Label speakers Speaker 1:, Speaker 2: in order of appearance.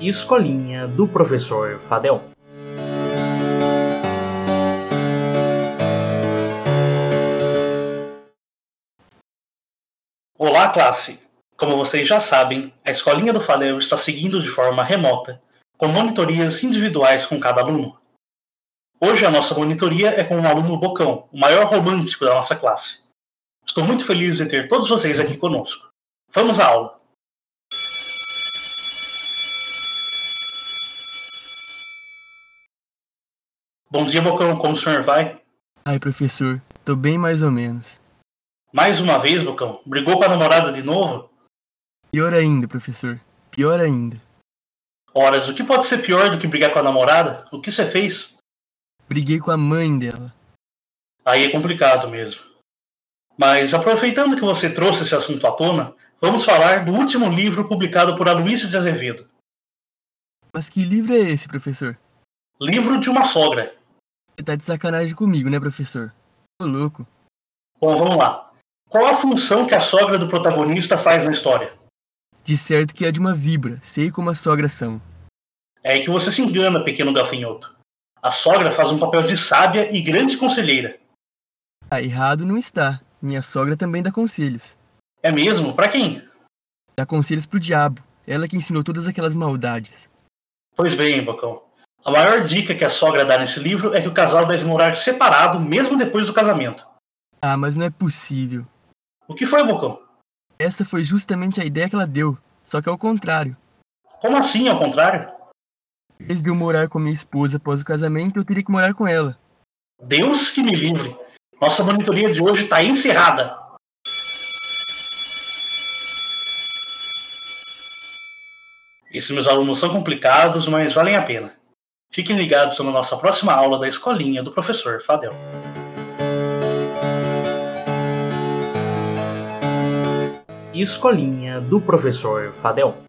Speaker 1: Escolinha do Professor Fadel.
Speaker 2: Olá, classe! Como vocês já sabem, a Escolinha do Fadel está seguindo de forma remota, com monitorias individuais com cada aluno. Hoje a nossa monitoria é com o aluno Bocão, o maior romântico da nossa classe. Estou muito feliz em ter todos vocês aqui conosco. Vamos à aula! Bom dia, Bocão. Como o senhor vai?
Speaker 3: Ai, professor, tô bem mais ou menos.
Speaker 2: Mais uma vez, Bocão? Brigou com a namorada de novo?
Speaker 3: Pior ainda, professor. Pior ainda.
Speaker 2: Horas, o que pode ser pior do que brigar com a namorada? O que você fez?
Speaker 3: Briguei com a mãe dela.
Speaker 2: Aí é complicado mesmo. Mas aproveitando que você trouxe esse assunto à tona, vamos falar do último livro publicado por Aloysio de Azevedo.
Speaker 3: Mas que livro é esse, professor?
Speaker 2: Livro de uma sogra.
Speaker 3: Você tá de sacanagem comigo, né, professor? Tô louco.
Speaker 2: Bom, vamos lá. Qual a função que a sogra do protagonista faz na história?
Speaker 3: De certo que é de uma vibra, sei como as sogras são.
Speaker 2: É aí que você se engana, pequeno gafanhoto. A sogra faz um papel de sábia e grande conselheira.
Speaker 3: Ah, errado não está. Minha sogra também dá conselhos.
Speaker 2: É mesmo? Pra quem?
Speaker 3: Dá conselhos pro diabo. Ela que ensinou todas aquelas maldades.
Speaker 2: Pois bem, Bocão. A maior dica que a sogra dá nesse livro é que o casal deve morar separado mesmo depois do casamento.
Speaker 3: Ah, mas não é possível.
Speaker 2: O que foi, Bocão?
Speaker 3: Essa foi justamente a ideia que ela deu, só que ao contrário.
Speaker 2: Como assim, ao contrário?
Speaker 3: Em vez de eu morar com a minha esposa após o casamento, eu teria que morar com ela.
Speaker 2: Deus que me livre. Nossa monitoria de hoje está encerrada. Esses meus alunos são complicados, mas valem a pena. Fiquem ligados na nossa próxima aula da escolinha do professor Fadel.
Speaker 1: Escolinha do Professor Fadel.